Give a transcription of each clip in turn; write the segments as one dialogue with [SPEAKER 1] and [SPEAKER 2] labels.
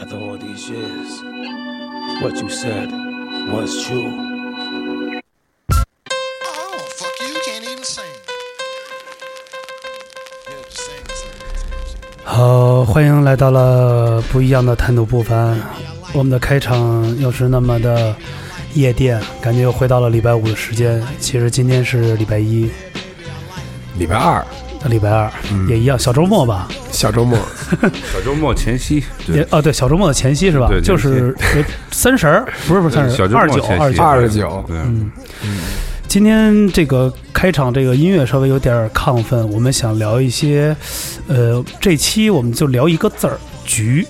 [SPEAKER 1] After all these years, what you said was true.
[SPEAKER 2] Oh, fuck you, can't even sing. Yeah, just sing, sing, sing.
[SPEAKER 3] 好，欢迎来到了不一样的谈吐不凡。我们的开场又是那么的夜店，感觉又回到了礼拜五的时间。其实今天是礼拜一，
[SPEAKER 4] 礼拜二
[SPEAKER 3] 礼拜二、
[SPEAKER 5] 嗯
[SPEAKER 3] 也一样，小周末吧？
[SPEAKER 4] 小周末，
[SPEAKER 5] 小周末前夕，
[SPEAKER 3] 也
[SPEAKER 5] 对，
[SPEAKER 3] 哦，对，小周末的前夕是吧？
[SPEAKER 5] 对
[SPEAKER 3] 就是呃三十 儿，不是不是三十
[SPEAKER 5] 小
[SPEAKER 3] 儿，
[SPEAKER 5] 周
[SPEAKER 3] 二
[SPEAKER 5] 末
[SPEAKER 3] 九
[SPEAKER 5] 前
[SPEAKER 3] 二
[SPEAKER 5] 夕，
[SPEAKER 3] 九。
[SPEAKER 4] 29
[SPEAKER 5] 对，嗯
[SPEAKER 3] 今天这个开场这个音乐稍微有点亢奋，我们想聊一些，呃，这期我们就聊一个字儿，局。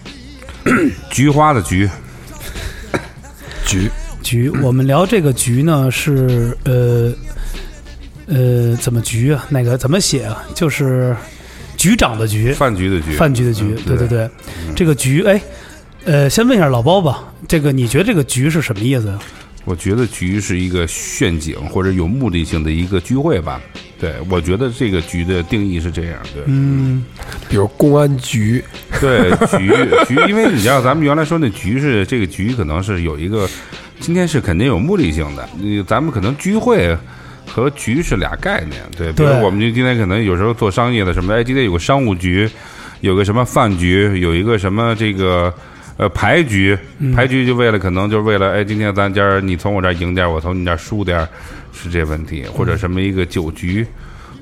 [SPEAKER 5] 菊花的 菊，
[SPEAKER 4] 局
[SPEAKER 3] 局，
[SPEAKER 5] 嗯
[SPEAKER 3] 我们聊这个局呢是呃呃怎么局啊？那个怎么写啊？就是局长的局，
[SPEAKER 5] 饭局的局，
[SPEAKER 3] 饭局的局。
[SPEAKER 5] 嗯
[SPEAKER 3] 对对
[SPEAKER 5] 对
[SPEAKER 3] 对，这个局，哎，呃，先问一下老包吧，这个你觉得这个局是什么意思呀？啊
[SPEAKER 5] 我觉得局是一个陷阱或者有目的性的一个聚会吧。对，我觉得这个局的定义是这样，对，
[SPEAKER 3] 嗯，
[SPEAKER 4] 比如公安局，
[SPEAKER 5] 对，局 局，因为你知道咱们原来说那局是这个局可能是有一个，今天是肯定有目的性的，你咱们可能聚会。和局是俩概念，对，比如
[SPEAKER 3] 对
[SPEAKER 5] 我们就今天可能有时候做商业的什么，哎，今天有个商务局，有个什么饭局，有一个什么这个呃牌局，
[SPEAKER 4] 嗯
[SPEAKER 5] 牌局就为了可能就是为了哎，今天咱家儿你从我这儿赢点儿，我从你这儿输点儿，是这问题，
[SPEAKER 4] 嗯
[SPEAKER 5] 或者什么一个酒局，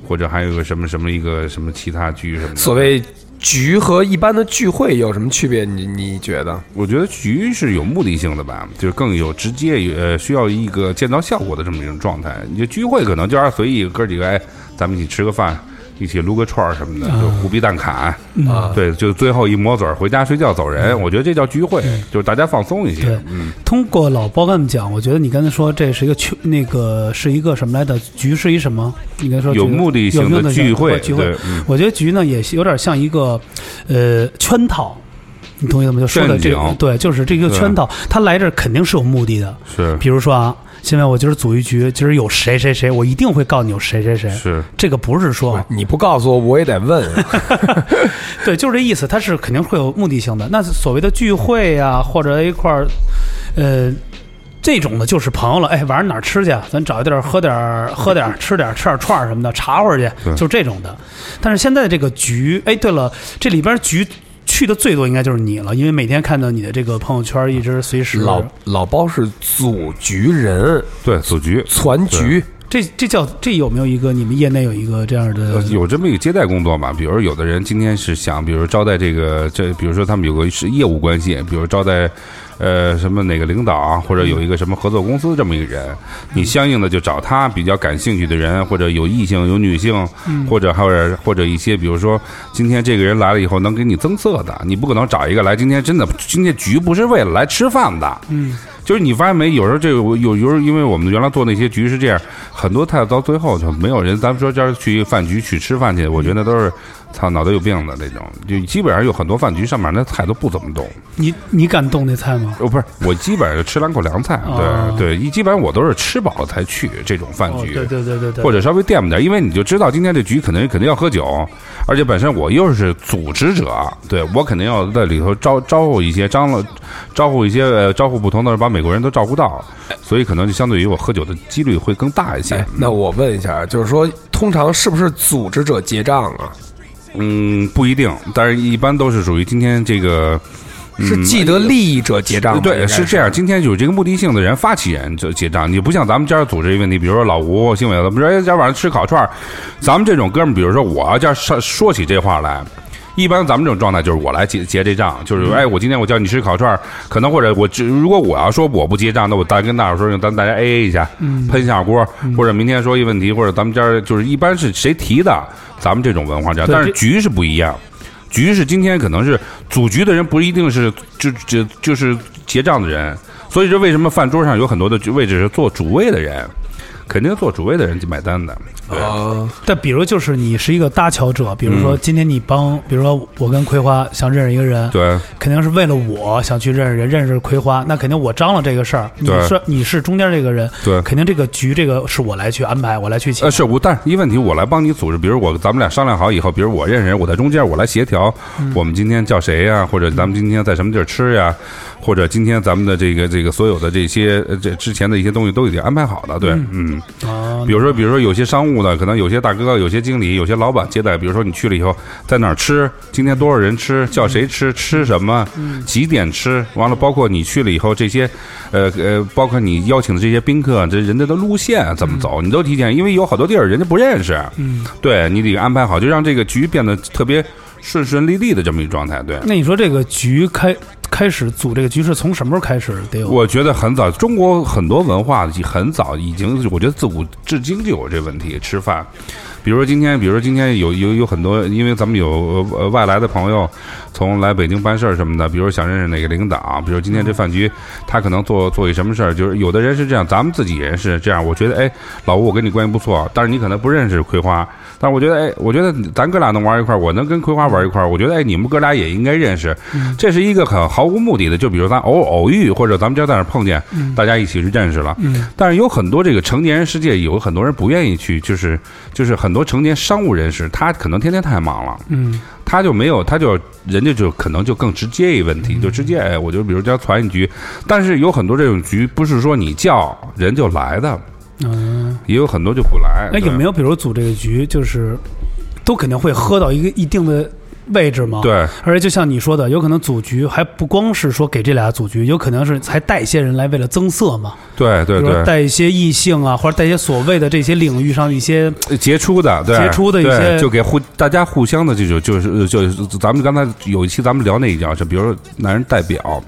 [SPEAKER 5] 或者还有个什么什么一个什么其他局什么的，
[SPEAKER 4] 所谓局和一般的聚会有什么区别？你你觉得？
[SPEAKER 5] 我觉得局是有目的性的吧，就是更有直接呃需要一个建造效果的这么一种状态。你就聚会可能就是随意哥几个，哎，咱们一起吃个饭，一起撸个串儿什么的，就胡逼蛋砍啊，对，就最后一抹嘴儿回家睡觉走人。
[SPEAKER 3] 嗯
[SPEAKER 5] 我觉得这叫聚会，就是大家放松一
[SPEAKER 3] 对
[SPEAKER 5] 些。嗯，
[SPEAKER 3] 通过老包跟我们讲，我觉得你刚才说这是一个群，那个是一个什么来的局，是一什么？你刚才说
[SPEAKER 5] 有
[SPEAKER 3] 局
[SPEAKER 5] 目的性
[SPEAKER 3] 有目
[SPEAKER 5] 的
[SPEAKER 3] 的
[SPEAKER 5] 聚
[SPEAKER 3] 会
[SPEAKER 5] 会
[SPEAKER 3] 聚会
[SPEAKER 5] 对嗯。
[SPEAKER 3] 我觉得局呢也有点像一个呃圈套。你同意吗？就说的这
[SPEAKER 5] 陷
[SPEAKER 3] 个
[SPEAKER 5] 阱，
[SPEAKER 3] 对，就是这个
[SPEAKER 5] 对
[SPEAKER 3] 圈套，他来这儿肯定是有目的的。
[SPEAKER 5] 是
[SPEAKER 3] 比如说啊，现在我今儿组一局，今儿有谁谁谁，我一定会告诉你有谁谁谁。
[SPEAKER 5] 是，
[SPEAKER 3] 这个不是说
[SPEAKER 4] 你不告诉我，我也得问。
[SPEAKER 3] 对，就是这意思，它是肯定会有目的性的。那所谓的聚会呀、或者一块儿，呃，这种的就是朋友了。哎，晚上哪儿吃去？咱找一地儿喝点儿，喝点儿，吃点儿，吃点儿串儿什么的，茶会儿去，
[SPEAKER 5] 对
[SPEAKER 3] 就这种的。但是现在这个局，哎，对了，这里边局。去的最多应该就是你了，因为每天看到你的这个朋友圈，一直随时
[SPEAKER 4] 老老包是组局人，
[SPEAKER 5] 对，组局
[SPEAKER 4] 攒局，
[SPEAKER 3] 这这叫这有没有一个你们业内有一个这样的
[SPEAKER 5] 呃，有这么一个接待工作嘛？比如有的人今天是想，比如招待这个这，比如说他们有个是业务关系，比如招待呃什么哪个领导啊或者有一个什么合作公司这么一个人，你相应的就找他比较感兴趣的人，或者有异性有女性，或者还有或者一些比如说今天这个人来了以后能给你增色的，你不可能找一个来今天真的今天局不是为了来吃饭的，嗯。就是你发现没，有时候这个我有有时候，因为我们原来做那些局是这样，很多菜到最后就没有人。咱们说这儿去饭局去吃饭去，我觉得都是操脑袋有病的那种，就基本上有很多饭局上面那菜都不怎么动。
[SPEAKER 3] 你你敢动那菜吗？
[SPEAKER 5] 哦，不是，我基本上就吃两口凉菜，
[SPEAKER 3] 哦
[SPEAKER 5] 对对，一基本上我都是吃饱了才去这种饭
[SPEAKER 3] 哦，
[SPEAKER 5] 局。
[SPEAKER 3] 对对对对对，
[SPEAKER 5] 或者稍微垫吧点，因为你就知道今天这局肯定肯定要喝酒，而且本身我又是组织者，对我肯定要在里头招招呼一些张罗，招呼一些呃招呼不同的，把美国人都照顾到，所以可能就相对于我喝酒的几率会更大一些
[SPEAKER 4] 哎。，那我问一下，就是说，通常是不是组织者结账啊？
[SPEAKER 5] 嗯，不一定，但是一般都是属于今天这个。
[SPEAKER 4] 是既得利益者结账吗？
[SPEAKER 5] 嗯
[SPEAKER 4] 应
[SPEAKER 5] 对，
[SPEAKER 4] 该
[SPEAKER 5] 是
[SPEAKER 4] 是
[SPEAKER 5] 这样。今天有这个目的性的人，发起人就结账。你不像咱们家组织一个问题，比如说老吴、新伟，咱们说哎，今儿晚上吃烤串儿咱们这种哥们儿，比如说我要这样说说起这话来。一般咱们这种状态就是我来结结这账，
[SPEAKER 4] 嗯
[SPEAKER 5] 就是哎，我今天我叫你吃烤串儿可能或者我只如果我要说我不结账，那我大跟大伙说，咱大家 A
[SPEAKER 4] 嗯
[SPEAKER 5] A 一下，喷一下锅，或者明天说一问题，或者咱们家儿就是一般是谁提的，咱们这种文化这样，
[SPEAKER 3] 对
[SPEAKER 5] 但是
[SPEAKER 3] 这
[SPEAKER 5] 局是不一样，局是今天可能是组局的人不一定是就就就是结账的人，所以这为什么饭桌上有很多的位置是做主位的人。肯定做主位的人去买单的。对，
[SPEAKER 4] 啊，
[SPEAKER 3] 但比如就是你是一个搭桥者，比如说
[SPEAKER 5] 嗯
[SPEAKER 3] 今天你帮，比如说我跟葵花想认识一个人，
[SPEAKER 5] 对，
[SPEAKER 3] 肯定是为了我想去认识人，认识葵花，那肯定我张罗这个事儿，你
[SPEAKER 5] 对
[SPEAKER 3] 是你是中间这个人，
[SPEAKER 5] 对
[SPEAKER 3] 肯定这个局这个是我来去安排，我来去起
[SPEAKER 5] 呃，，是我，但是一问题，我来帮你组织，比如我咱们俩商量好以后，比如我认识人，我在中间，我来协调，我们今天叫谁呀、或者咱们今天在什么地儿吃呀、或者今天咱们的这个这个所有的这些呃这之前的一些东西都已经安排好了，对，嗯，
[SPEAKER 3] 啊
[SPEAKER 5] 比如说比如说有些商务呢，可能有些大哥、有些经理、有些老板接待，比如说你去了以后在哪儿吃，今天多少人吃，叫谁吃，吃什么，几点吃，完了包括你去了以后这些，呃呃，包括你邀请的这些宾客，啊这人家的路线啊怎么走，你都提前，因为有好多地儿人家不认识，嗯，对你得安排好，就让这个局变得特别顺顺利利的这么一状态，对。
[SPEAKER 3] 那你说这个局开开始组这个局是从什么时候开始？得有
[SPEAKER 5] 我觉得很早，中国很多文化很早已经，我觉得自古至今就有这问题。吃饭，比如说今天，比如说今天有有有很多，因为咱们有呃外来的朋友从来北京办事儿什么的，比如想认识哪个领导，比如今天这饭局他可能做做一什么事儿，就是有的人是这样，咱们自己人是这样。我觉得哎，老吴我跟你关系不错，但是你可能不认识葵花，但是我觉得哎，我觉得咱哥俩能玩一块儿，我能跟葵花玩一块儿，我觉得哎，你们哥俩也应该认识，这是一个很毫无目的的，就比如咱偶偶遇或者咱们家在哪儿碰见，大家一起去认识了。但是有很多这个成年人世界，有很多人不愿意去，就是就是很多成年商务人士，他可能天天太忙了，
[SPEAKER 3] 嗯
[SPEAKER 5] 他就没有，他就人家就可能就更直接一问题，
[SPEAKER 3] 嗯
[SPEAKER 5] 就直接哎，我就比如叫传一局，但是有很多这种局不是说你叫人就来的，
[SPEAKER 3] 嗯，
[SPEAKER 5] 也有很多就不来。
[SPEAKER 3] 那有没
[SPEAKER 5] 有？
[SPEAKER 3] 有比如组这个局，就是都肯定会喝到一个一定的位置吗？。
[SPEAKER 5] 对，
[SPEAKER 3] 而且就像你说的，有可能组局还不光是说给这俩组局，有可能是还带一些人来为了增色嘛，
[SPEAKER 5] 对对
[SPEAKER 3] 比如说
[SPEAKER 5] 对，
[SPEAKER 3] 带一些异性啊，或者带一些所谓的这些领域上一些
[SPEAKER 5] 杰出的，对
[SPEAKER 3] 杰出的一
[SPEAKER 5] 对
[SPEAKER 3] 些
[SPEAKER 5] 就给互大家互相的这种，就是就是咱们刚才有一期咱们聊那一讲，就比如说男人代表，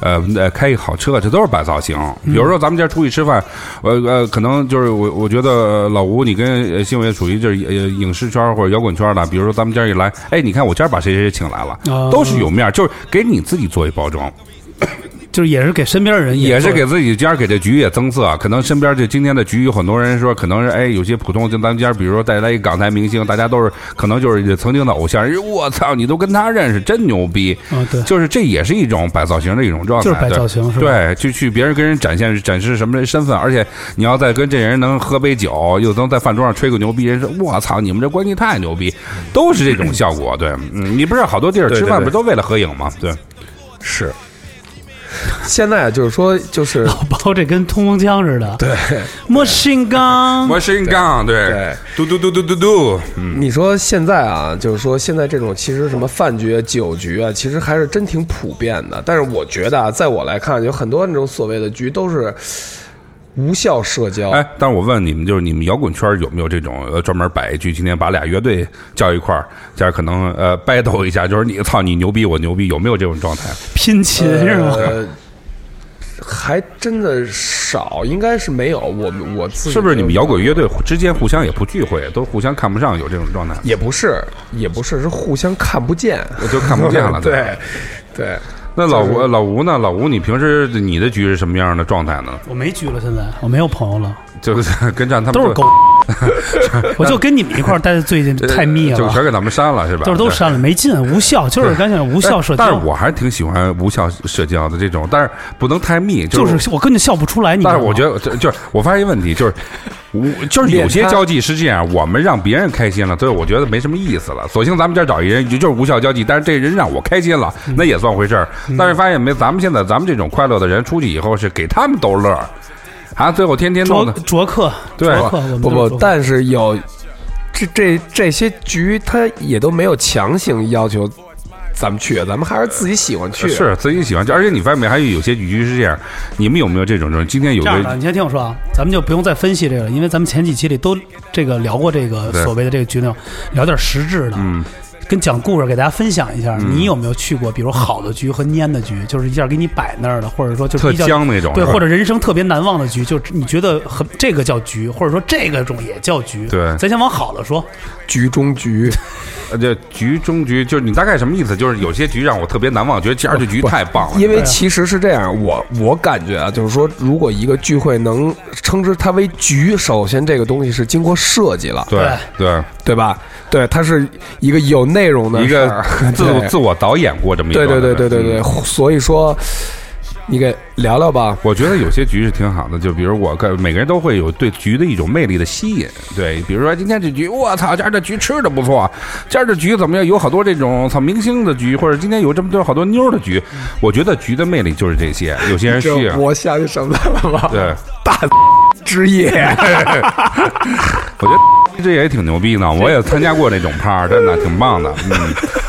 [SPEAKER 5] 呃呃，开一好车，这都是百造型。比如说咱们今儿出去吃饭，呃呃，可能就是我我觉得呃老吴你跟呃新伟属于就是呃影视圈或者摇滚圈的，比如说咱们今儿一来，哎，你看我今儿把谁谁谁请来了
[SPEAKER 3] 哦，
[SPEAKER 5] 都是有面儿，就是给你自己做一包装。
[SPEAKER 3] 就是也是给身边的人
[SPEAKER 5] 也
[SPEAKER 3] 做
[SPEAKER 5] 是给自己家给这局也增色，啊可能身边这今天的局有很多人说，可能是哎有些普通，就咱们家比如说带来一港台明星，大家都是可能就是曾经的偶像，哎我操，你都跟他认识，真牛逼。
[SPEAKER 3] 啊、对，
[SPEAKER 5] 就是这也是一种摆造型的一种状态，
[SPEAKER 3] 就是摆造型是吧
[SPEAKER 5] 对，对就去别人跟人展现展示什么身份，而且你要再跟这人能喝杯酒，又能在饭桌上吹个牛逼，人说我操，你们这关系太牛逼，都是这种效果。对，嗯，你不是好多地儿
[SPEAKER 4] 对
[SPEAKER 5] 吃
[SPEAKER 4] 对
[SPEAKER 5] 饭
[SPEAKER 4] 对
[SPEAKER 5] 不都为了合影吗？对，
[SPEAKER 4] 是。现在啊就是说，就是
[SPEAKER 3] 老包这跟冲锋枪似的，
[SPEAKER 4] 对，
[SPEAKER 3] 莫信 刚，
[SPEAKER 5] 我是杠，对
[SPEAKER 4] 对，
[SPEAKER 5] 嘟嘟嘟嘟嘟嘟，
[SPEAKER 4] 你说现在啊，就是说现在这种其实什么饭局啊、酒局啊，其实还是真挺普遍的。但是我觉得啊，在我来看，有很多那种所谓的局都是无效社交。
[SPEAKER 5] 哎，但是我问你们，就是你们摇滚圈有没有这种呃专门摆一句，今天把俩乐队叫一块儿，这样可能呃 battle 一下，就是你操你牛逼我牛逼，有没有这种状态？
[SPEAKER 3] 拼琴是吗？
[SPEAKER 4] 呃还真的少，应该是没有。我我自己
[SPEAKER 5] 是不是你们
[SPEAKER 4] 就
[SPEAKER 5] 摇滚乐队之间互相也不聚会，都互相看不上，有这种状态？
[SPEAKER 4] 也不是，也不是，是互相看不见，
[SPEAKER 5] 就看不见了
[SPEAKER 4] 对，对，
[SPEAKER 5] 那老吴老吴呢？老吴，你平时你的局是什么样的状态呢？
[SPEAKER 3] 我没局了，现在我没有朋友了，
[SPEAKER 5] 就是跟站他们
[SPEAKER 3] 都是
[SPEAKER 5] 说
[SPEAKER 3] 狗，我就跟你们一块儿待的最近
[SPEAKER 5] 呃
[SPEAKER 3] 太密
[SPEAKER 5] 就全
[SPEAKER 3] 了，
[SPEAKER 5] 给咱们删了是吧？
[SPEAKER 3] 就是都
[SPEAKER 5] 对
[SPEAKER 3] 删了，没劲，无效，就是干脆无效社交。
[SPEAKER 5] 但是我还是挺喜欢无效社交的这种，但是不能太密，
[SPEAKER 3] 就是是我根本笑不出来，你知道
[SPEAKER 5] 但
[SPEAKER 3] 吗。
[SPEAKER 5] 是我觉得，就就是我发现一个问题，就是我就是有些交际是这样，我们让别人开心了，所以我觉得没什么意思了。索性咱们这儿找一人，就就是无效交际，但是这人让我开心了，
[SPEAKER 3] 嗯
[SPEAKER 5] 那也算回事儿。但是发现没，咱们现在咱们这种快乐的人出去以后是给他们逗乐儿，啊，最后天天弄
[SPEAKER 3] 卓
[SPEAKER 5] 的。
[SPEAKER 3] 卓克，
[SPEAKER 5] 对
[SPEAKER 3] 卓克，我们
[SPEAKER 4] 不
[SPEAKER 3] 就是
[SPEAKER 4] 不
[SPEAKER 3] 卓，克
[SPEAKER 4] 但是有这这这些局，他也都没有强行要求咱们去，咱们还是自己喜欢去。
[SPEAKER 5] 呃是自己喜欢，而且你发现没，还有有些局是这样，你们有没有这种？就是今天有
[SPEAKER 3] 这样的，
[SPEAKER 5] 个
[SPEAKER 3] 你先听我说啊，咱们就不用再分析这个了，因为咱们前几期里都这个聊过这个
[SPEAKER 5] 对
[SPEAKER 3] 所谓的这个局内容，聊点实质的。
[SPEAKER 5] 嗯，
[SPEAKER 3] 跟讲故事给大家分享一下，你有没有去过，比如好的局和蔫的局，就是一下给你摆那儿的，或者说就是
[SPEAKER 5] 特
[SPEAKER 3] 比较
[SPEAKER 5] 僵那种
[SPEAKER 3] 对，
[SPEAKER 5] 是吧
[SPEAKER 3] 或者人生特别难忘的局，就是你觉得很这个叫局，或者说这个种也叫局。
[SPEAKER 5] 对
[SPEAKER 3] 咱先往好的说，
[SPEAKER 4] 局中局，
[SPEAKER 5] 呃，这局中局就是你大概什么意思？就是有些局让我特别难忘，觉得这二这局太棒了。
[SPEAKER 4] 因为其实是这样，我我感觉啊，就是说，如果一个聚会能称之它为局，首先这个东西是经过设计了，
[SPEAKER 5] 对对，
[SPEAKER 4] 对吧？对，它是一个有内容的
[SPEAKER 5] 一
[SPEAKER 4] 事
[SPEAKER 5] 个
[SPEAKER 4] 儿
[SPEAKER 5] 自
[SPEAKER 4] 对
[SPEAKER 5] 自我导演过这么一
[SPEAKER 4] 对
[SPEAKER 5] 段
[SPEAKER 4] 对
[SPEAKER 5] 的
[SPEAKER 4] 对对对
[SPEAKER 5] 嗯
[SPEAKER 4] 对，所以说你给聊聊吧。
[SPEAKER 5] 我觉得有些局是挺好的，就比如我跟每个人都会有对局的一种魅力的吸引。对，比如说今天这局，我操，今儿这局吃的不错，今儿这局怎么样？有好多这种操明星的局，或者今天有这么多好多妞儿的局。我觉得局的魅力就是这些，有些人需
[SPEAKER 4] 这
[SPEAKER 5] 要。
[SPEAKER 4] 我想起什么来了吗？
[SPEAKER 5] 啊对，
[SPEAKER 4] 大 之夜，
[SPEAKER 5] 我觉得 这也挺牛逼呢，我也参加过那种趴儿，真的挺棒的。嗯，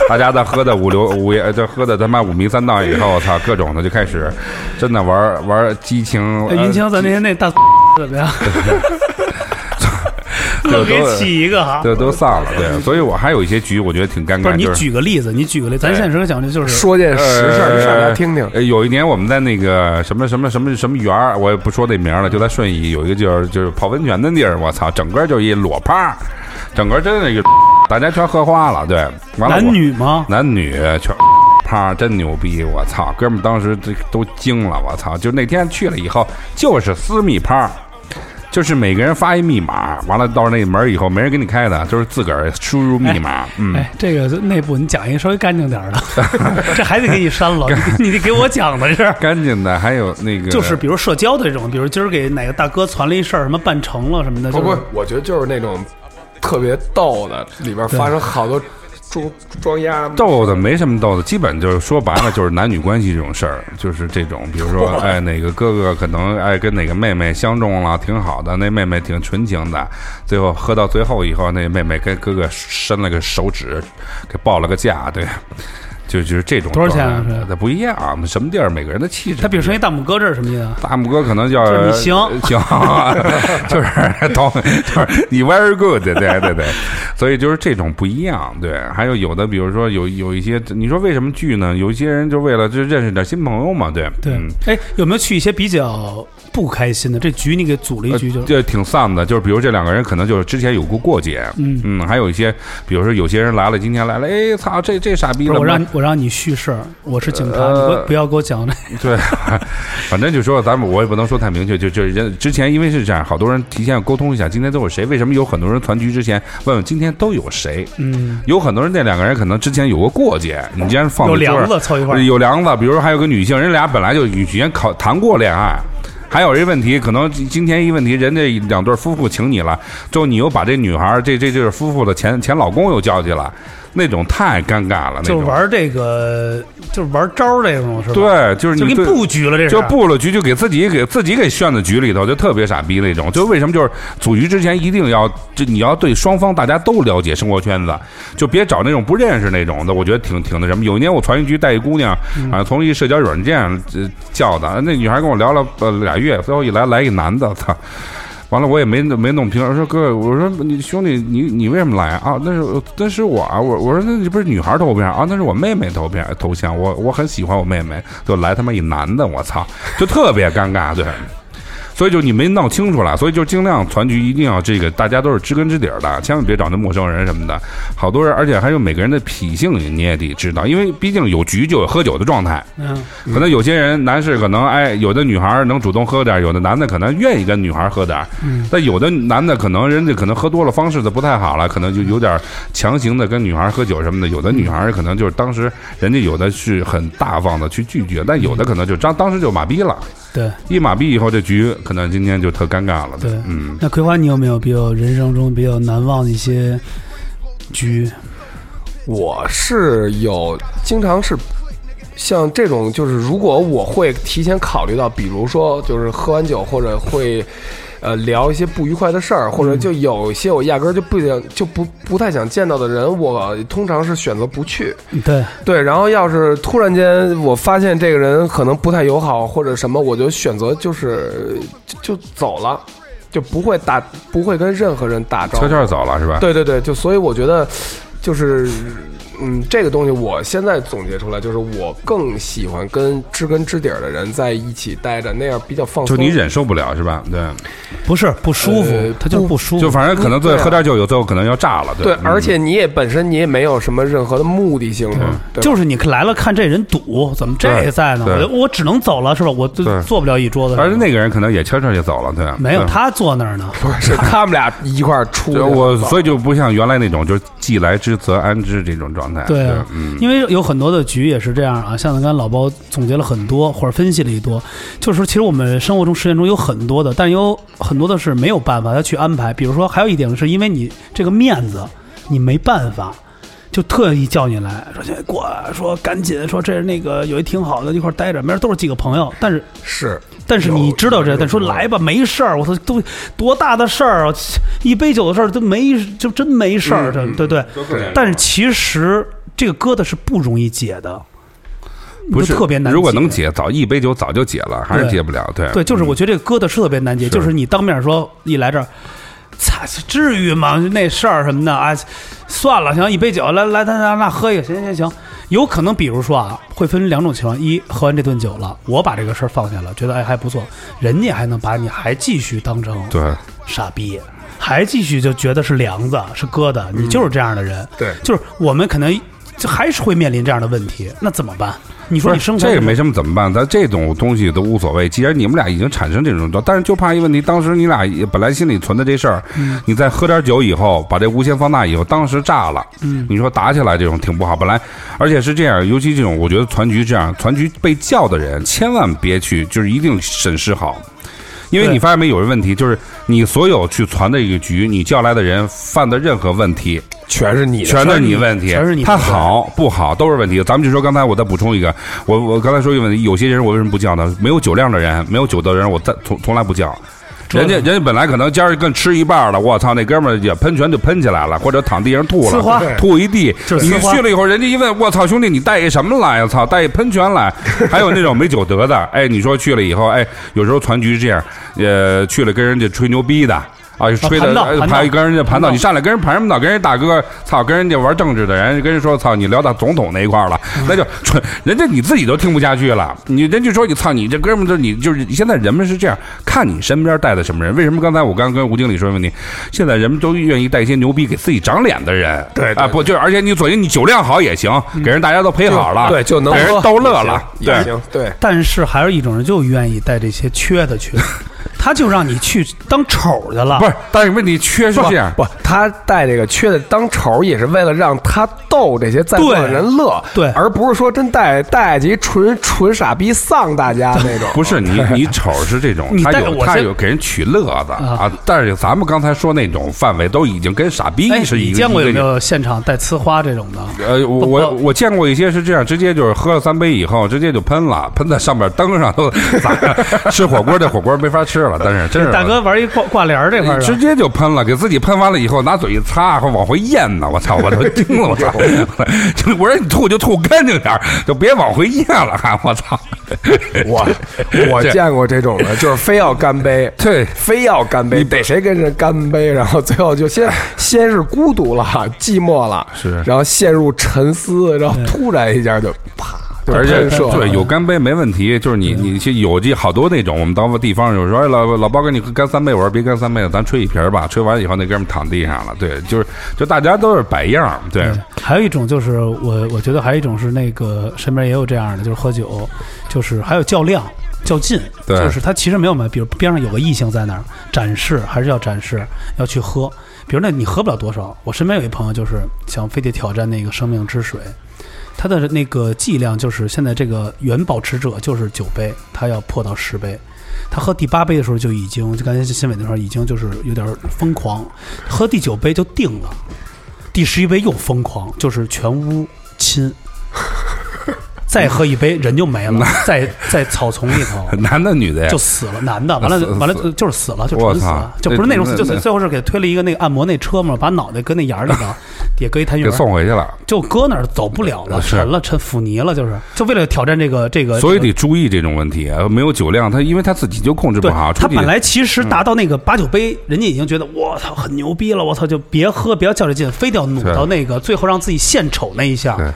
[SPEAKER 5] 大家在喝的五六五爷，这喝的他妈五迷三道以后，我操，各种的就开始真的玩玩激情。呃
[SPEAKER 3] 哎云清，咱那天那大怎么样？
[SPEAKER 5] 有
[SPEAKER 3] 愣给起一个哈。
[SPEAKER 5] 都都散了，对，所以我还有一些局，我觉得挺尴
[SPEAKER 3] 不
[SPEAKER 5] 尬。
[SPEAKER 3] 是你
[SPEAKER 5] 就是
[SPEAKER 3] 举个例子，你举个例子，咱现实讲的就是
[SPEAKER 4] 说件实事儿，
[SPEAKER 5] 呃
[SPEAKER 4] 让大家听听。
[SPEAKER 5] 呃有一年我们在那个什么什么什么什么园儿，我也不说那名儿了，就在顺义有一个就是就是泡温泉的地儿，我操，整个就是一裸趴，整个真是一个， 大家全喝花了，对，完了我
[SPEAKER 3] 男女吗？
[SPEAKER 5] 男女啊全。啪！真牛逼！我操，哥们儿当时这都惊了！我操，就那天去了以后，就是私密趴，就是每个人发一密码，完了到那门儿以后没人给你开的，就是自个儿输入密码。嗯，
[SPEAKER 3] 哎，这个内部你讲一个稍微干净点儿的， 这还得给你 删了。你你得给我讲的是，
[SPEAKER 5] 干净的，还有那个
[SPEAKER 3] 就是比如社交的这种，比如今儿给哪个大哥传了一事儿，什么办成了什么的，
[SPEAKER 4] 不
[SPEAKER 3] 就是
[SPEAKER 4] 不，我觉得就是那种特别逗的，里边发生好多装装鸭。
[SPEAKER 5] 逗的没什么逗的，基本就是说白了就是男女关系这种事儿， 就是这种，比如说哎哪个哥哥可能哎跟哪个妹妹相中了，挺好的，那妹妹挺纯情的，最后喝到最后以后，那妹妹跟哥哥伸了个手指，给报了个价，对。就就是这种
[SPEAKER 3] 多少钱啊
[SPEAKER 5] 状态那不一样啊，什么地儿每个人的气质。
[SPEAKER 3] 他比如说一大拇哥这是什么意思啊？
[SPEAKER 5] 大拇哥可能叫呃
[SPEAKER 3] 就是你行
[SPEAKER 5] 行， 就是懂，就是你 very good，对对对，所以就是这种不一样，对。还有有的，比如说有有一些，你说为什么聚呢？有一些人就为了就认识点新朋友嘛，对
[SPEAKER 3] 对
[SPEAKER 5] 嗯，
[SPEAKER 3] 哎，有没有去一些比较不开心的？这局你给组了一局就
[SPEAKER 5] 呃，这挺丧的，就是比如这两个人可能就是之前有过过节，嗯还有一些，比如说有些人来了，今天来了，哎操，这这傻逼
[SPEAKER 3] 不
[SPEAKER 5] 了，
[SPEAKER 3] 是我让我让你叙事儿，我是警察，
[SPEAKER 5] 呃
[SPEAKER 3] 你不不要给我讲那。
[SPEAKER 5] 对，反正就说咱们我也不能说太明确，就就人之前因为是这样，好多人提前要沟通一下，今天都有谁？为什么有很多人团聚之前问问今天都有谁？
[SPEAKER 3] 嗯，
[SPEAKER 5] 有很多人那两个人可能之前有过过节，你既然放在
[SPEAKER 3] 有梁
[SPEAKER 5] 桌
[SPEAKER 3] 子
[SPEAKER 5] 上
[SPEAKER 3] 凑一块儿
[SPEAKER 5] 有梁子，比如说还有个女性，人俩本来就以前考谈过恋爱。还有一问题，可能今天一问题，人家两对夫妇请你了，之后你又把这女孩儿，这这就是夫妇的前前老公又叫去了，那种太尴尬了。那
[SPEAKER 3] 就
[SPEAKER 5] 种
[SPEAKER 3] 是玩这个，就是玩招儿这种是吧？，
[SPEAKER 5] 对，就是
[SPEAKER 3] 就
[SPEAKER 5] 你
[SPEAKER 3] 给你
[SPEAKER 5] 对
[SPEAKER 3] 布局了这是。
[SPEAKER 5] 就布了局，就给自己给自己给炫到局里头，就特别傻逼那种。就为什么就是组局之前一定要，就你要对双方大家都了解生活圈子，就别找那种不认识那种的。我觉得挺挺那什么。有一年我传一局带一姑娘啊，从一社交软件呃叫的，那女孩跟我聊了呃俩月，最后一来来一男的，操！完了，我也没没弄明白。我说哥，我说你兄弟，你你为什么来啊？那是那是我啊！我我说那不是女孩头像啊，那是我妹妹头片头像。我我很喜欢我妹妹，就来他妈一男的，我操，就特别尴尬，对。所以就你没闹清楚了，所以就尽量团局一定要这个，大家都是知根知底儿的，千万别找那陌生人什么的。好多人，而且还有每个人的脾性你也得知道，因为毕竟有局就有喝酒的状态，
[SPEAKER 3] 嗯，
[SPEAKER 5] 可能有些人男士可能哎，有的女孩儿能主动喝点儿，有的男的可能愿意跟女孩儿喝点儿，
[SPEAKER 3] 嗯
[SPEAKER 5] 但有的男的可能人家可能喝多了，方式的不太好了，可能就有点儿强行的跟女孩儿喝酒什么的。有的女孩儿可能就是当时人家有的是很大方的去拒绝，但有的可能就当当时就马逼了，
[SPEAKER 3] 对
[SPEAKER 5] 一马逼以后这局可能今天就特尴尬了。
[SPEAKER 3] 对。
[SPEAKER 5] 嗯，
[SPEAKER 3] 那葵花，你有没有比较人生中比较难忘的一些局？
[SPEAKER 4] 我是有经常是像这种，就是如果我会提前考虑到，比如说就是喝完酒或者会。呃，聊一些不愉快的事儿，或者就有一些我压根儿就不想就不不太想见到的人，我通常是选择不去。
[SPEAKER 3] 对，
[SPEAKER 4] 对，然后要是突然间我发现这个人可能不太友好或者什么，我就选择就是就就走了，就不会打不会跟任何人打招
[SPEAKER 5] 悄
[SPEAKER 4] 呼。
[SPEAKER 5] 悄走了是吧？
[SPEAKER 4] 对对对，就所以我觉得就是嗯，这个东西我现在总结出来，就是我更喜欢跟知根知底儿的人在一起待着，那样比较放
[SPEAKER 5] 就
[SPEAKER 4] 松。
[SPEAKER 5] 你忍受不了是吧？对，
[SPEAKER 3] 不是不舒服
[SPEAKER 4] 呃，
[SPEAKER 3] 他就是不舒服。
[SPEAKER 5] 就反正可能最后
[SPEAKER 4] 对啊
[SPEAKER 5] 喝点酒，有最后可能要炸了。
[SPEAKER 4] 对，
[SPEAKER 5] 嗯
[SPEAKER 4] 而且你也本身你也没有什么任何的目的性的，对吧
[SPEAKER 3] 就是你来了，看这人堵，怎么这
[SPEAKER 5] 对
[SPEAKER 3] 也在呢？
[SPEAKER 5] 对
[SPEAKER 3] 我我只能走了，是吧？我就
[SPEAKER 5] 对
[SPEAKER 3] 坐不了一桌子。
[SPEAKER 5] 而且那个人可能也悄悄就走了，对，嗯
[SPEAKER 3] 没有
[SPEAKER 5] 对
[SPEAKER 3] 他坐那儿呢，
[SPEAKER 4] 不是他们俩一块儿出去
[SPEAKER 5] 就我所以就不像原来那种，就是既来之则安之这种状态。
[SPEAKER 3] 对啊
[SPEAKER 5] 嗯，
[SPEAKER 3] 因为有很多的局也是这样啊。像刚才老包总结了很多，或者分析了一多，就是说其实我们生活中、实践中有很多的，但有很多的是没有办法他去安排。比如说，还有一点是因为你这个面子，你没办法。就特意叫你来说，现在过来说赶紧说这是那个有一挺好的一块儿待着，明儿都是几个朋友，但是
[SPEAKER 4] 是
[SPEAKER 3] 但是你知道这，
[SPEAKER 4] 有
[SPEAKER 3] 但说
[SPEAKER 4] 有
[SPEAKER 3] 来吧，没事儿，我操，都多大的事儿啊！一杯酒的事儿都没，就真没事
[SPEAKER 5] 嗯
[SPEAKER 3] 儿，这对对。但是其实这个疙瘩是不容易解的，
[SPEAKER 5] 不是
[SPEAKER 3] 就特别难。
[SPEAKER 5] 如果能，解，早一杯酒早就解了，还是
[SPEAKER 3] 对
[SPEAKER 5] 解不了。对嗯
[SPEAKER 3] 对，就是我觉得这个疙瘩是特别难解，
[SPEAKER 5] 是
[SPEAKER 3] 就是你当面说一来这儿。操，至于吗？那事儿什么的啊，算了，行，一杯酒，来来，咱咱那喝一个，行行行。有可能，比如说啊，会分两种情况：一，喝完这顿酒了，我把这个事儿放下了，觉得哎还不错，人家还能把你还继续当成
[SPEAKER 5] 对
[SPEAKER 3] 傻逼，还继续就觉得是梁子是疙瘩，
[SPEAKER 5] 嗯
[SPEAKER 3] 你就是这样的人。
[SPEAKER 4] 对
[SPEAKER 3] 就是我们可能就还是会面临这样的问题，那怎么办？你
[SPEAKER 5] 不
[SPEAKER 3] 说
[SPEAKER 5] 是
[SPEAKER 3] 你生活
[SPEAKER 5] 这个没什么怎么办？咱这种东西都无所谓。既然你们俩已经产生这种，但是就怕一问题，当时你俩也本来心里存的这事儿，
[SPEAKER 3] 嗯
[SPEAKER 5] 你再喝点酒以后，把这无限放大以后，当时炸了，
[SPEAKER 3] 嗯
[SPEAKER 5] 你说打起来这种挺不好。本来而且是这样，尤其这种，我觉得团局这样，团局被叫的人千万别去，就是一定审视好。因为
[SPEAKER 3] 对
[SPEAKER 5] 你发现没有一个问题，就是你所有去传的一个局，你叫来的人犯的任何问题，
[SPEAKER 4] 全是你的
[SPEAKER 5] 全是你问题，
[SPEAKER 3] 全是你
[SPEAKER 5] 他好不好都是问题。咱们就说刚才我再补充一个，我我刚才说一个问题，有些人我为什么不叫呢？没有酒量的人，没有酒的人，我再从从来不叫。人家人家本来可能今儿更吃一半了，我操，那哥们儿也喷泉就喷起来了，或者躺地上吐
[SPEAKER 3] 呲花
[SPEAKER 5] 了，吐一地。
[SPEAKER 3] 就是
[SPEAKER 5] 你
[SPEAKER 3] 呲花
[SPEAKER 5] 去了以后，人家一问，我操，兄弟，你带一什么来？我操，带一喷泉 来。还有那种没酒德的，哎，你说去了以后，哎，有时候团局是这样，呃，去了跟人家吹牛逼的。啊，吹
[SPEAKER 3] 盘
[SPEAKER 5] 的
[SPEAKER 3] 道
[SPEAKER 5] 哎
[SPEAKER 3] 盘
[SPEAKER 5] 盘
[SPEAKER 3] 道
[SPEAKER 5] 跟人家盘
[SPEAKER 3] 盘
[SPEAKER 5] 道，
[SPEAKER 3] 道
[SPEAKER 5] 你上来跟人盘什么道？跟人大哥操，跟人家玩政治的人，跟人说操，你聊到总统那一块儿了，
[SPEAKER 4] 嗯
[SPEAKER 5] 那就纯人家你自己都听不下去了。你人家说你操，你这哥们儿就你就是现在人们是这样，看你身边带的什么人。为什么刚才我刚跟吴经理说的问题，现在人们都愿意带一些牛逼给自己长脸的人，
[SPEAKER 4] 对对
[SPEAKER 5] 啊，不就而且你左近你酒量好也行，给人大家都配好了，
[SPEAKER 4] 对，就能
[SPEAKER 5] 给人
[SPEAKER 4] 喝
[SPEAKER 5] 逗乐了，
[SPEAKER 4] 也
[SPEAKER 5] 对
[SPEAKER 4] 行。也行对。
[SPEAKER 3] 但是还有一种人就愿意带这些缺的 去，他就让你去当丑去了。
[SPEAKER 5] 不是，但是问题缺是这样，
[SPEAKER 4] 不，他带这个缺的当仇，也是为了让他逗这些在座的人乐，
[SPEAKER 3] 对对
[SPEAKER 4] 而不是说真带带几纯纯傻逼丧大家那种。
[SPEAKER 5] 不 是你，你瞅是这种，
[SPEAKER 3] 你
[SPEAKER 5] 他
[SPEAKER 3] 带
[SPEAKER 5] 有
[SPEAKER 3] 我
[SPEAKER 5] 他
[SPEAKER 3] 先
[SPEAKER 5] 有给人取乐子啊，但是咱们刚才说那种范围都已经跟傻逼
[SPEAKER 3] 哎，
[SPEAKER 5] 是一
[SPEAKER 3] 你
[SPEAKER 5] 个。
[SPEAKER 3] 见过有
[SPEAKER 5] 一
[SPEAKER 3] 没
[SPEAKER 5] 个
[SPEAKER 3] 有现场带呲花这种的？
[SPEAKER 5] 呃，我我我见过一些是这样，直接就是喝了三杯以后，直接就喷了，喷在上面灯上 都咋了？吃火锅这火锅没法吃了，但是真是啊
[SPEAKER 3] 大哥玩一挂挂帘儿这块儿
[SPEAKER 5] 直
[SPEAKER 3] 的，
[SPEAKER 5] 接就喷了，给自己喷完了以后，拿嘴一擦，还往回咽呢。我操，我都惊了，我操！就 我说你吐就吐干净点儿就别往回咽了，还我操！
[SPEAKER 4] 我我
[SPEAKER 5] 这
[SPEAKER 4] 见过这种的，就是非要干杯，
[SPEAKER 5] 对
[SPEAKER 4] 非要干杯，逮谁跟人干杯，然后最后就先先是孤独了，寂寞了，
[SPEAKER 5] 哎是
[SPEAKER 4] 然后陷入沉思，然后突然一下就啪，就
[SPEAKER 5] 而且
[SPEAKER 4] 喷射了
[SPEAKER 5] 对有干杯没问题，就是你你去有这好多那种，我们到地方有时候哎老老包给你干三杯，我说别干三杯了，咱吹一瓶儿吧，吹完以后那哥们儿躺地上了，对，就是就大家都是摆样儿，对，
[SPEAKER 3] 嗯还有一种就是我我觉得还有一种是那个身边也有这样的，就是喝酒，就是还有较量。较劲，
[SPEAKER 5] 对
[SPEAKER 3] 就是他其实没有买，比如边上有个异性在那儿展示，还是要展示，要去喝。比如那你喝不了多少，我身边有一朋友就是想非得挑战那个生命之水，他的那个剂量就是现在这个原保持者就是九杯，他要破到十杯。他喝第八杯的时候就已经，就刚才新伟那块儿已经就是有点疯狂，喝第九杯就定了， 第十一杯又疯狂，就是全屋亲。再喝一杯人就没了，在在草丛里 头
[SPEAKER 5] 男的女的呀
[SPEAKER 3] 就？死了，男的，完
[SPEAKER 5] 死
[SPEAKER 3] 了
[SPEAKER 5] 死
[SPEAKER 3] 完了就是死了，就
[SPEAKER 5] 我
[SPEAKER 3] 纯死了
[SPEAKER 5] 操，
[SPEAKER 3] 就不是那种
[SPEAKER 5] 那
[SPEAKER 3] 死，就
[SPEAKER 5] 那
[SPEAKER 3] 是最后是给推了一个那个按摩那车嘛，把脑袋搁那沿儿里 头，也搁一痰盂
[SPEAKER 5] 给
[SPEAKER 3] 儿，
[SPEAKER 5] 送回去了，
[SPEAKER 3] 就搁那儿走不了了，
[SPEAKER 5] 是
[SPEAKER 3] 沉了，沉腐泥了，就是就为了挑战这个这个，
[SPEAKER 5] 所以
[SPEAKER 3] 这个
[SPEAKER 5] 得注意这种问题啊。没有酒量，他因为他自己就控制不
[SPEAKER 3] 对
[SPEAKER 5] 好。，出
[SPEAKER 3] 他
[SPEAKER 5] 去嗯
[SPEAKER 3] 本来其实达到那个八九杯，人家已经觉得我操很牛逼了，我操就别喝，不要较这劲，非得要努
[SPEAKER 5] 是
[SPEAKER 3] 到那个最后让自己献丑那一下
[SPEAKER 5] 对。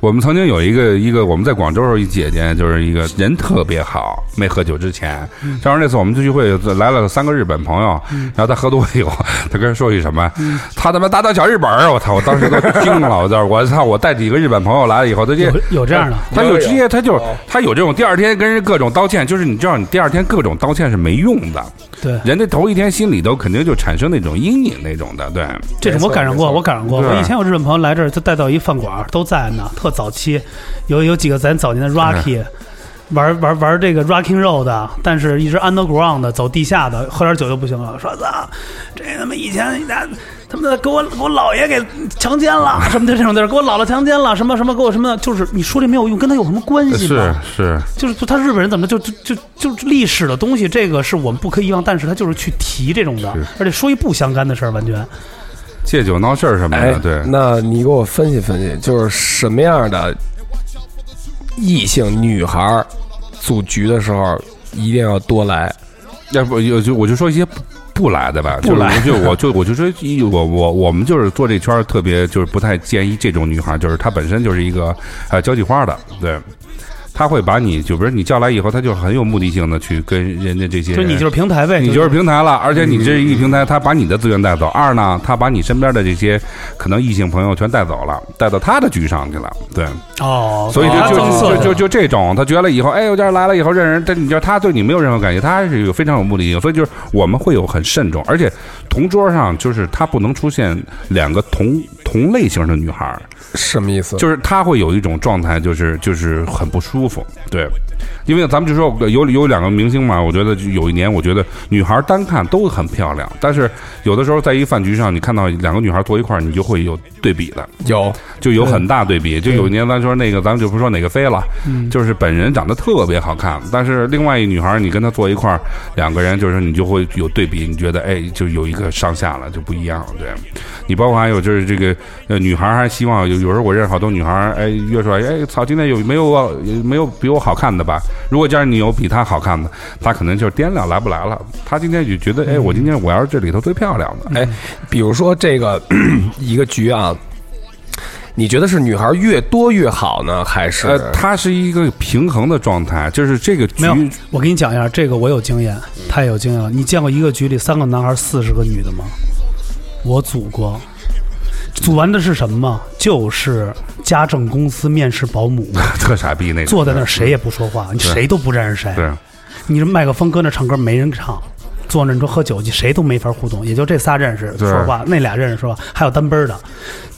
[SPEAKER 5] 我们曾经有一个一个我们在广州时候一姐姐，就是一个人特别好，没喝酒之前，正好那次我们聚会来了三个日本朋友，然后她喝多了以后，她跟人说句什么，她他妈打倒小日本儿，我操！我当时都惊了，我操！我操！我带几个日本朋友来了以后，她这
[SPEAKER 3] 有有这样的
[SPEAKER 5] 她有
[SPEAKER 4] 有
[SPEAKER 5] 直接她就
[SPEAKER 4] 有
[SPEAKER 5] 她有这种第二天跟人各种道歉，就是你知道你第二天各种道歉是没用的，
[SPEAKER 3] 对，
[SPEAKER 5] 人家头一天心里头肯定就产生那种阴影那种的，对，
[SPEAKER 3] 这种我赶上过，
[SPEAKER 4] 没错啊
[SPEAKER 3] 我赶上过。
[SPEAKER 5] 对
[SPEAKER 3] 我以前有日本朋友来这儿，就带到一饭馆儿，都在呢，特早期，有有几个咱早年的
[SPEAKER 4] 啊
[SPEAKER 3] Rocky，、玩玩玩这个 Rocking Road 的，但是一直 underground 的，走地下的，喝点酒就不行了，说操，这他妈以前那他妈的给我给我姥爷给强奸了，什么的这种地儿，给我姥姥强奸了，什么什么给我什么，就是你说这没有用，跟他有什么关系吗？
[SPEAKER 5] 是是，
[SPEAKER 3] 就是他日本人怎么就就就就是历史的东西，这个是我们不可遗忘，但是他就是去提这种的，而且说一不相干的事儿，完全。
[SPEAKER 5] 借酒闹事儿什么
[SPEAKER 4] 哎
[SPEAKER 5] 的，，对。
[SPEAKER 4] 那你给我分析分析，就是什么样的异性女孩儿组局的时候一定要多来？
[SPEAKER 5] 要不有就我就说一些不不来的吧，
[SPEAKER 4] 不来
[SPEAKER 5] 就是我就我就我就说一我我我们就是做这圈儿特别就是不太建议这种女孩儿，就是她本身就是一个呃交际花的，对，她会把你就比如你叫来以后，她就很有目的性的去跟人家这些
[SPEAKER 3] 就
[SPEAKER 5] 人，
[SPEAKER 3] 你就是嗯平台呗，
[SPEAKER 5] 你就是平台了，而且你这一平台，他把你的资源带走；二呢，他把你身边的这些可能异性朋友全带走了，带到他的局上去了，对。
[SPEAKER 3] 哦，
[SPEAKER 5] 所以
[SPEAKER 3] 他
[SPEAKER 5] 就
[SPEAKER 3] 增色
[SPEAKER 5] 就
[SPEAKER 3] 的
[SPEAKER 5] 就就就这种，他觉得以后，哎，我这儿来了以后认识人，但你知道他对你没有任何感觉，他还是有非常有目的性，所以就是我们会有很慎重，而且同桌上就是他不能出现两个同同类型的女孩儿，
[SPEAKER 4] 什么意思？
[SPEAKER 5] 就是他会有一种状态，就是就是很不舒服，对，因为咱们就说有有两个明星嘛，我觉得有一年，我觉得女孩单看都很漂亮，但是有的时候在一饭局上，你看到两个女孩坐一块儿，你就会有对比的，
[SPEAKER 4] 有
[SPEAKER 5] 就有很大对比。就有一年咱说那个，咱们就不说哪个飞了，就是本人长得特别好看，但是另外一女孩儿你跟她坐一块儿，两个人就是你就会有对比，你觉得哎，就有一个上下了，就不一样了。对，你包括还有就是这个呃，女孩儿还希望有有时候我认识好多女孩儿，哎约出来，哎操，今天有没有我有没有比我好看的吧？如果要是你有比她好看的，她可能就是掂量来不来了。她今天就觉得哎，我今天我要是这里头最漂亮的，
[SPEAKER 4] 哎，比如说这个 一个局啊，你觉得是女孩儿越多越好呢，还是？
[SPEAKER 5] 呃，它是一个平衡的状态，就是这个局嗯
[SPEAKER 3] 没有。我给你讲一下，这个我有经验，太有经验了。你见过一个局里三个男孩四十个女的吗？我组过，组完的是什么吗？就是家政公司面试保姆，
[SPEAKER 5] 特傻逼那种，
[SPEAKER 3] 坐在那儿谁也不说话，你谁都不认识谁。
[SPEAKER 5] 对，
[SPEAKER 3] 你这麦克风搁那唱歌没人唱，坐那你说喝酒去，谁都没法互动，也就这仨认识
[SPEAKER 5] 对
[SPEAKER 3] 说话，那俩认识说话，还有单奔儿的，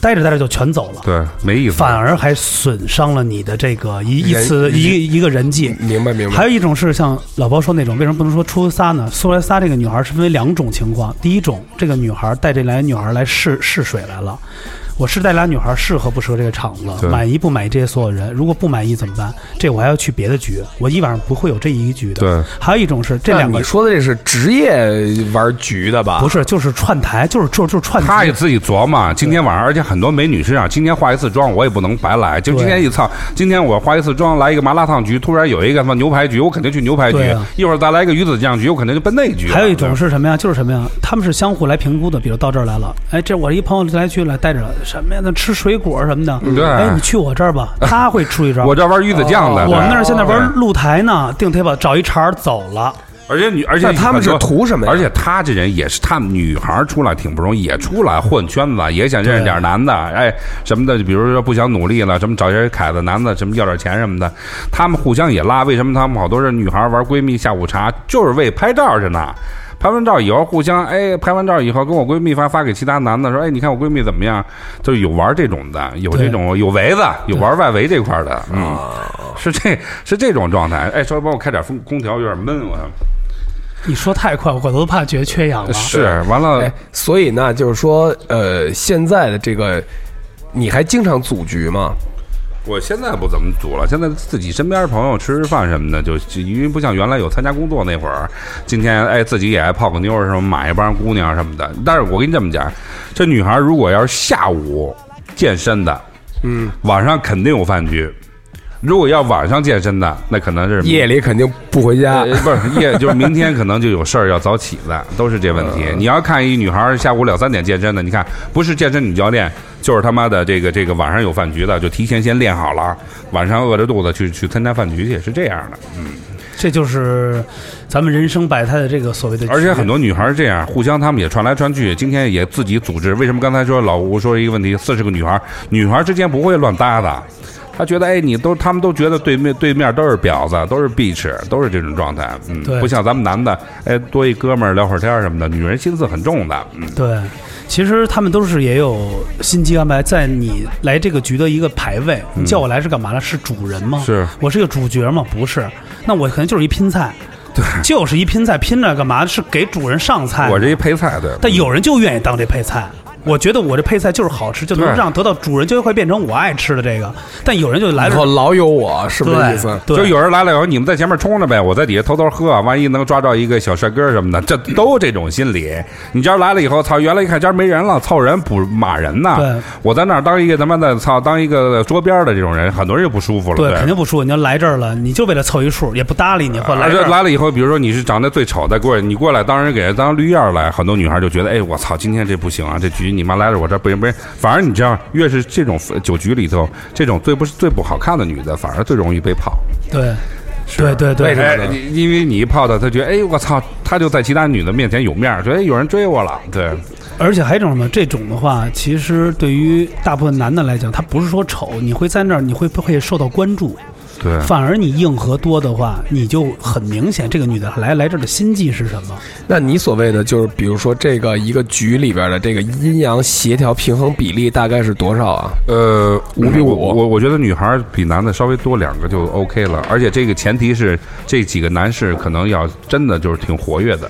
[SPEAKER 3] 待着待着就全走了。
[SPEAKER 5] 对，没意思。
[SPEAKER 3] 反而还损伤了你的这个一一
[SPEAKER 4] 人
[SPEAKER 3] 次一个一个人际，
[SPEAKER 4] 明白明白
[SPEAKER 3] 还有一种是像老包说那种，为什么不能说出仨呢？说来仨这个女孩是分为两种情况，第一种，这个女孩带这俩女孩来试试水来了。我是带俩女孩适合不适合这个场子，
[SPEAKER 5] 对
[SPEAKER 3] 满意不满意这些所有人，如果不满意怎么办？这我还要去别的局，我一晚上不会有这一局的。
[SPEAKER 5] 对，
[SPEAKER 3] 还有一种是这
[SPEAKER 4] 那
[SPEAKER 3] 两个
[SPEAKER 4] 你说的这是职业玩局的吧？
[SPEAKER 3] 不是，就是串台，就是就是就是串
[SPEAKER 5] 他
[SPEAKER 3] 局
[SPEAKER 5] 也自己琢磨，啊今天晚上，而且很多美女是啊，今天化一次妆，我也不能白来。就今天一操，今天我化一次妆，来一个麻辣烫局，突然有一个什么牛排局，我肯定去牛排局
[SPEAKER 3] 对啊；
[SPEAKER 5] 一会儿再来一个鱼子酱局，我肯定就奔那局了。
[SPEAKER 3] 还有一种是什么呀？就是什么呀？他们是相互来评估的，比如到这儿来了，哎，这我一朋友来去来带着了什么呀？那吃水果什么的，
[SPEAKER 5] 对
[SPEAKER 3] 哎，你去我这儿 吧，他会出一招。
[SPEAKER 5] 对，我这玩鱼子酱的，
[SPEAKER 3] 哦我们那儿
[SPEAKER 5] 对
[SPEAKER 3] 现在玩露台呢，定贴吧，找一茬儿走了。
[SPEAKER 5] 而且女，而且
[SPEAKER 4] 那他们是
[SPEAKER 5] 很多
[SPEAKER 4] 图什么呀
[SPEAKER 5] 而且他这人也是，他们女孩儿出来挺不容易，也出来混圈子，也想认识点男的，哎什么的，就比如说不想努力了，什么找些凯子男的，什么要点钱什么的，他们互相也拉。为什么他们好多是女孩儿玩闺蜜下午茶，就是为拍照去呢？拍完照以后，互相哎，拍完照以后跟我闺蜜发发给其他男的说，哎，你看我闺蜜怎么样？就是有玩这种的，有这种有围子，有玩外围这块儿的，嗯，是这是这种状态。哎，稍微帮我开点风空调，有点闷，我。
[SPEAKER 3] 你说太快，我都怕觉得缺氧了。
[SPEAKER 5] 是完了
[SPEAKER 4] 哎，，所以呢，就是说，呃，现在的这个，你还经常组局吗？
[SPEAKER 5] 我现在不怎么组了，现在自己身边朋友吃吃饭什么的，就就因为不像原来有参加工作那会儿，今天哎自己也爱泡个妞儿什么，买一帮姑娘什么的。但是我跟你这么讲，这女孩如果要是下午健身的，嗯，晚上肯定有饭局；如果要晚上健身的，那可能是
[SPEAKER 4] 夜里肯定不回家。
[SPEAKER 5] 呃，不是 夜，就是明天可能就有事儿要早起的，都是这问题。你要看一女孩儿下午两三点健身的，你看不是健身女教练，就是他妈的这个这个晚上有饭局的，就提前先练好了，晚上饿着肚子去去参加饭局去，是这样的。
[SPEAKER 3] 这就是咱们人生百态的这个所谓的局，
[SPEAKER 5] 而且很多女孩儿这样，互相她们也传来传去，今天也自己组织。为什么刚才说老吴说一个问题，四十个女孩儿，女孩儿之间不会乱搭的。她觉得，哎，你都，她们都觉得对面对面都是婊子，都是 bitch，都是这种状态，嗯，
[SPEAKER 3] 对
[SPEAKER 5] 不像咱们男的，哎，多一哥们儿聊会儿天儿什么的，女人心思很重的，嗯，
[SPEAKER 3] 对，其实他们都是也有心机安排，在你来这个局的一个排位。你叫我来是干嘛呢？是主人吗？
[SPEAKER 5] 嗯是
[SPEAKER 3] 我是一个主角吗？不是，那我可能就是一拼菜，对，就是一拼菜，拼着干嘛？是给主人上菜。
[SPEAKER 5] 我这一配菜的，
[SPEAKER 3] 哎但有人就愿意当这配菜。我觉得我这配菜就是好吃，就能
[SPEAKER 5] 对
[SPEAKER 3] 让得到主人就会变成我爱吃的这个。但有人就来
[SPEAKER 4] 以
[SPEAKER 3] 了
[SPEAKER 4] 后，老有我，是不是这意
[SPEAKER 3] 对
[SPEAKER 4] 思？
[SPEAKER 3] 对，
[SPEAKER 5] 就有人来了以后，你们在前面冲着呗，我在底下偷偷喝，万一能抓着一个小帅哥什么的， 这都这种心理。你这儿来了以后，操，原来一看这儿没人了，操人不骂人
[SPEAKER 3] 对
[SPEAKER 5] 呐。我在那儿当一个他妈的操，当一个呃桌边的这种人，很多人就不舒服了。
[SPEAKER 3] 对
[SPEAKER 5] 对，
[SPEAKER 3] 肯定不舒服。你要来这儿了，你就为了凑一数，也不搭理你，或者来
[SPEAKER 5] 而
[SPEAKER 3] 这
[SPEAKER 5] 且
[SPEAKER 3] 儿
[SPEAKER 5] 来了以后，比如说你是长得最丑的过来，你过来当然给当绿叶儿来，很多女孩就觉得，哎，我操，今天这不行啊，这局你妈来了我这儿不行不行。反而你这样，越是这种呃酒局里头，这种最不最不好看的女的，反而最容易被泡。
[SPEAKER 3] 对，对对对，
[SPEAKER 5] 哎，你因为你一泡他，他觉得哎，我操，他就在其他女的面前有面儿，觉得哎有人追我了。对，
[SPEAKER 3] 而且还有一种什么？这种的话，其实对于大部分男的来讲，他不是说丑，你会在那儿，你会不会受到关注？
[SPEAKER 5] 对
[SPEAKER 4] 嗯
[SPEAKER 3] 反而你硬核多的话，你就很明显，这个女的来来这儿的心计是什么？
[SPEAKER 4] 那你所谓的就是，比如说这个一个局里边的这个阴阳协调平衡比例大概是多少啊？
[SPEAKER 5] 呃，
[SPEAKER 4] 五比五
[SPEAKER 5] 我我我觉得女孩儿比男的稍微多两个就 OK 了，而且这个前提是这几个男士可能要真的就是挺活跃的。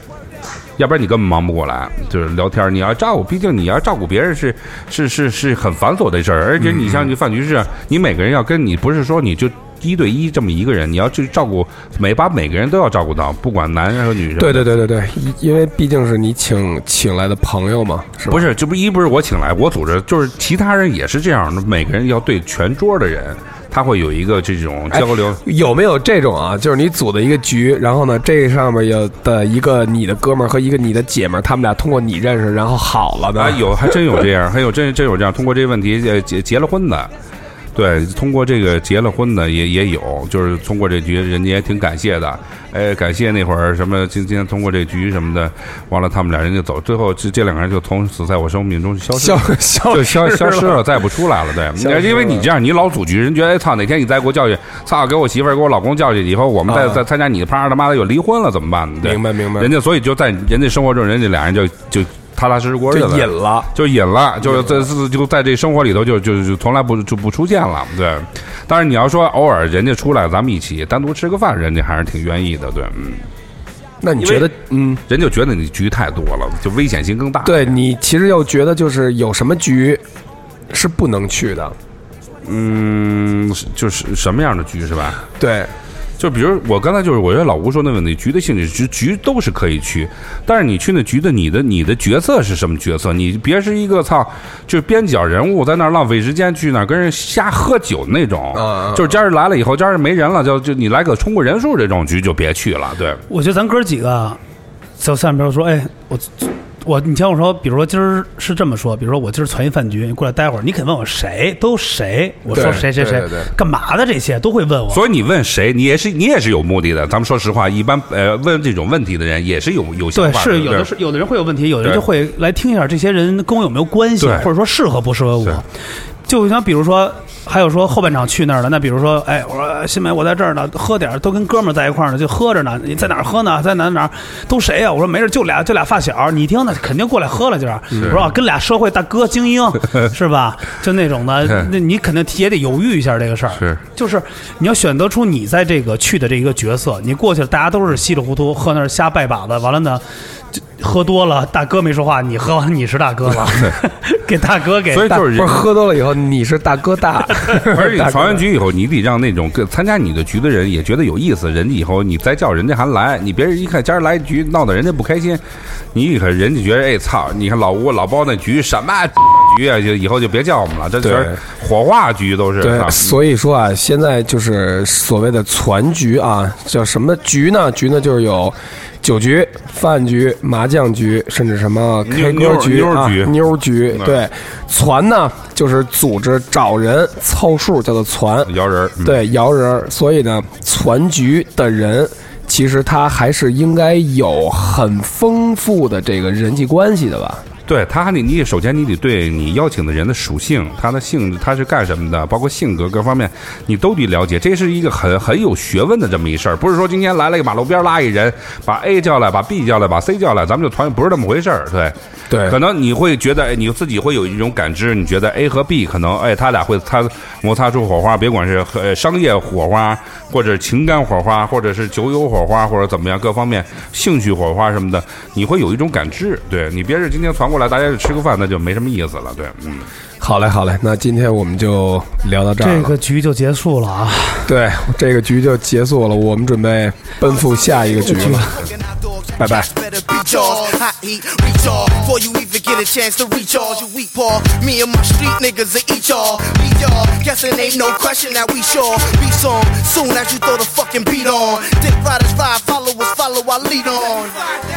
[SPEAKER 5] 要不然你根本忙不过来，就是聊天儿，你要照顾，毕竟你要照顾别人是是是是很繁琐的事儿，而且你像你饭局是，你每个人要跟你不是说你就一对一这么一个人，你要去照顾每把每个人都要照顾到，不管男人和女人。
[SPEAKER 4] 对对对对对，因因为毕竟是你请请来的朋友嘛，是吧？
[SPEAKER 5] 不是，这不一不是我请来，我组织，就是其他人也是这样的，每个人要对全桌的人，他会有一个这种
[SPEAKER 4] 哎
[SPEAKER 5] 交 流。
[SPEAKER 4] 有没有这种啊？就是你组的一个局，然后呢，这上面有的一个你的哥们儿和一个你的姐们儿，他们俩通过你认识，然后好了的。
[SPEAKER 5] 啊，有还真有这样，还有真真有这样，通过这个问题呃结结了婚的，对，通过这个结了婚的也也有，就是通过这局，人家也挺感谢的，哎，感谢那会儿什么，今今天通过这局什么的，完了他们俩人就走，最后这这两个人就从此在我生命中消失
[SPEAKER 4] 消
[SPEAKER 5] 了。
[SPEAKER 4] 消
[SPEAKER 5] 就消
[SPEAKER 4] 失
[SPEAKER 5] 消失
[SPEAKER 4] 了。
[SPEAKER 5] 了，再也不出来了。
[SPEAKER 4] 消失
[SPEAKER 5] 对，
[SPEAKER 4] 了
[SPEAKER 5] 因为你这样，你老组局，人觉得哎操，哪天你再给我教训，操，给我媳妇儿、给我老公教训，以后我们再
[SPEAKER 4] 啊
[SPEAKER 5] 再参加你的趴，他妈的有离婚了怎么办呢？对
[SPEAKER 4] 明白明白
[SPEAKER 5] 人家所以就在人家生活中，人家俩人就就踏踏实实过日
[SPEAKER 4] 就
[SPEAKER 5] 子，
[SPEAKER 4] 引了，
[SPEAKER 5] 就隐了，就是在就在这生活里头就就就从来不就不出现了。对，但是你要说偶尔人家出来，咱们一起单独吃个饭，人家还是挺愿意的。对，嗯，
[SPEAKER 4] 那你觉得，嗯，
[SPEAKER 5] 人就觉得你局太多了，就危险性更大。
[SPEAKER 4] 对你其实又觉得就是有什么局是不能去的，
[SPEAKER 5] 嗯，是就是什么样的局是吧？
[SPEAKER 4] 对，
[SPEAKER 5] 就比如我刚才就是，我觉得老吴说那问题，局的性质，局局都是可以去，但是你去那局的，你的你的角色是什么角色？你别是一个操，就是边角人物，在那儿浪费时间，去那儿跟人瞎喝酒那种
[SPEAKER 4] 嗯嗯。
[SPEAKER 5] 就是今儿来了以后，今儿没人了，就就你来个冲过人数这种局就别去了。对，
[SPEAKER 3] 我觉得咱哥几个啊在下面说，哎，我我你听我说，比如说今儿是这么说，比如说我今儿攒一饭局，你过来待会儿，你肯问我谁都谁，我说
[SPEAKER 4] 对
[SPEAKER 3] 谁谁谁
[SPEAKER 4] 对对对
[SPEAKER 3] 干嘛的这些都会问我。
[SPEAKER 5] 所以你问谁，你也是你也是有目的的。咱们说实话，一般呃问这种问题的人也是有有想
[SPEAKER 3] 对，
[SPEAKER 5] 法
[SPEAKER 3] 是
[SPEAKER 5] 不
[SPEAKER 3] 有的是有的人会有问题，有的人
[SPEAKER 5] 对
[SPEAKER 3] 就会来听一下这些人跟我有没有关系，
[SPEAKER 5] 对
[SPEAKER 3] 或者说适合不适合
[SPEAKER 5] 对
[SPEAKER 3] 我。就像比如说，还有说后半场去那儿了，那比如说，哎，我说新梅我在这儿呢，喝点儿，都跟哥们儿在一块儿呢，就喝着呢，你在哪儿喝呢？在哪儿哪儿？都谁呀、我说没事，就俩就俩发小，你一听那肯定过来喝了，就是
[SPEAKER 5] 嗯
[SPEAKER 3] 我说、啊、跟俩社会大哥精英是 吧？就那种的，那你肯定也得犹豫一下这个事儿。
[SPEAKER 5] 是
[SPEAKER 3] 就是你要选择出你在这个去的这一个角色，你过去了，大家都是稀里糊涂喝那儿瞎拜把子，完了呢，就喝多了，大哥没说话，你喝完了你是大哥 了，给大哥给
[SPEAKER 5] 所以
[SPEAKER 3] 大
[SPEAKER 5] 就是
[SPEAKER 4] 不是
[SPEAKER 5] 人
[SPEAKER 4] 喝多了以后你是大 哥大，
[SPEAKER 5] 而且
[SPEAKER 4] 大哥
[SPEAKER 5] 传完局以后，你得让那种跟参加你的局的人也觉得有意思，人家以后你再叫人家还来，你别人一看今儿来一局闹得人家不开心，你一看人家觉得哎操，你看老吴老包那局什么局啊，就以后就别叫我们了，这全是火化局都是。操
[SPEAKER 4] 对，所以说啊，现在就是所谓的攒局啊，叫什么局呢？局呢就是有酒局、饭局、麻将局，甚至什么
[SPEAKER 5] 妞
[SPEAKER 4] K 歌局
[SPEAKER 5] 妞
[SPEAKER 4] 啊、
[SPEAKER 5] 局嗯
[SPEAKER 4] 妞局。对，攒呢就是组织找人凑数，叫做攒。
[SPEAKER 5] 摇人儿，嗯
[SPEAKER 4] 对，摇人儿。所以呢，攒局的人。其实他还是应该有很丰富的这个人际关系的吧？
[SPEAKER 5] 对他还得你首先你得对你邀请的人的属性、他的性他是干什么的，包括性格各方面，你都得了解。这是一个很很有学问的这么一事儿，不是说今天来了一个马路边拉一人，把 A 叫来，把 B 叫来，把 C 叫来，咱们就团，不是这么回事儿。对，
[SPEAKER 4] 对
[SPEAKER 5] 可能你会觉得，哎，你自己会有一种感知，你觉得 A 和 B 可能，哎，他俩会擦摩擦出火花，别管是呃商业火花，或者情感火花，或者是酒友火花，或者怎么样，各方面兴趣火花什么的，你会有一种感知。对你别是今天传过来，大家就吃个饭，那就没什么意思了。对，嗯，
[SPEAKER 4] 好嘞，好嘞，那今天我们就聊到这儿
[SPEAKER 3] 这
[SPEAKER 4] 了。
[SPEAKER 3] 个局就结束了啊。
[SPEAKER 4] 对，这个局就结束了，我们准备奔赴下一个局了。
[SPEAKER 6] Bye
[SPEAKER 4] Bye-bye.
[SPEAKER 6] bye. Better be jaws, hot heat, reach all before you even get a chance to recharge your weak paw. Me and my street niggas will eat y'all, beat y'all. Guessing ain't no question that we sure. Be song soon as you throw the fucking beat on. Dick riders ride, followers follow, I lead on.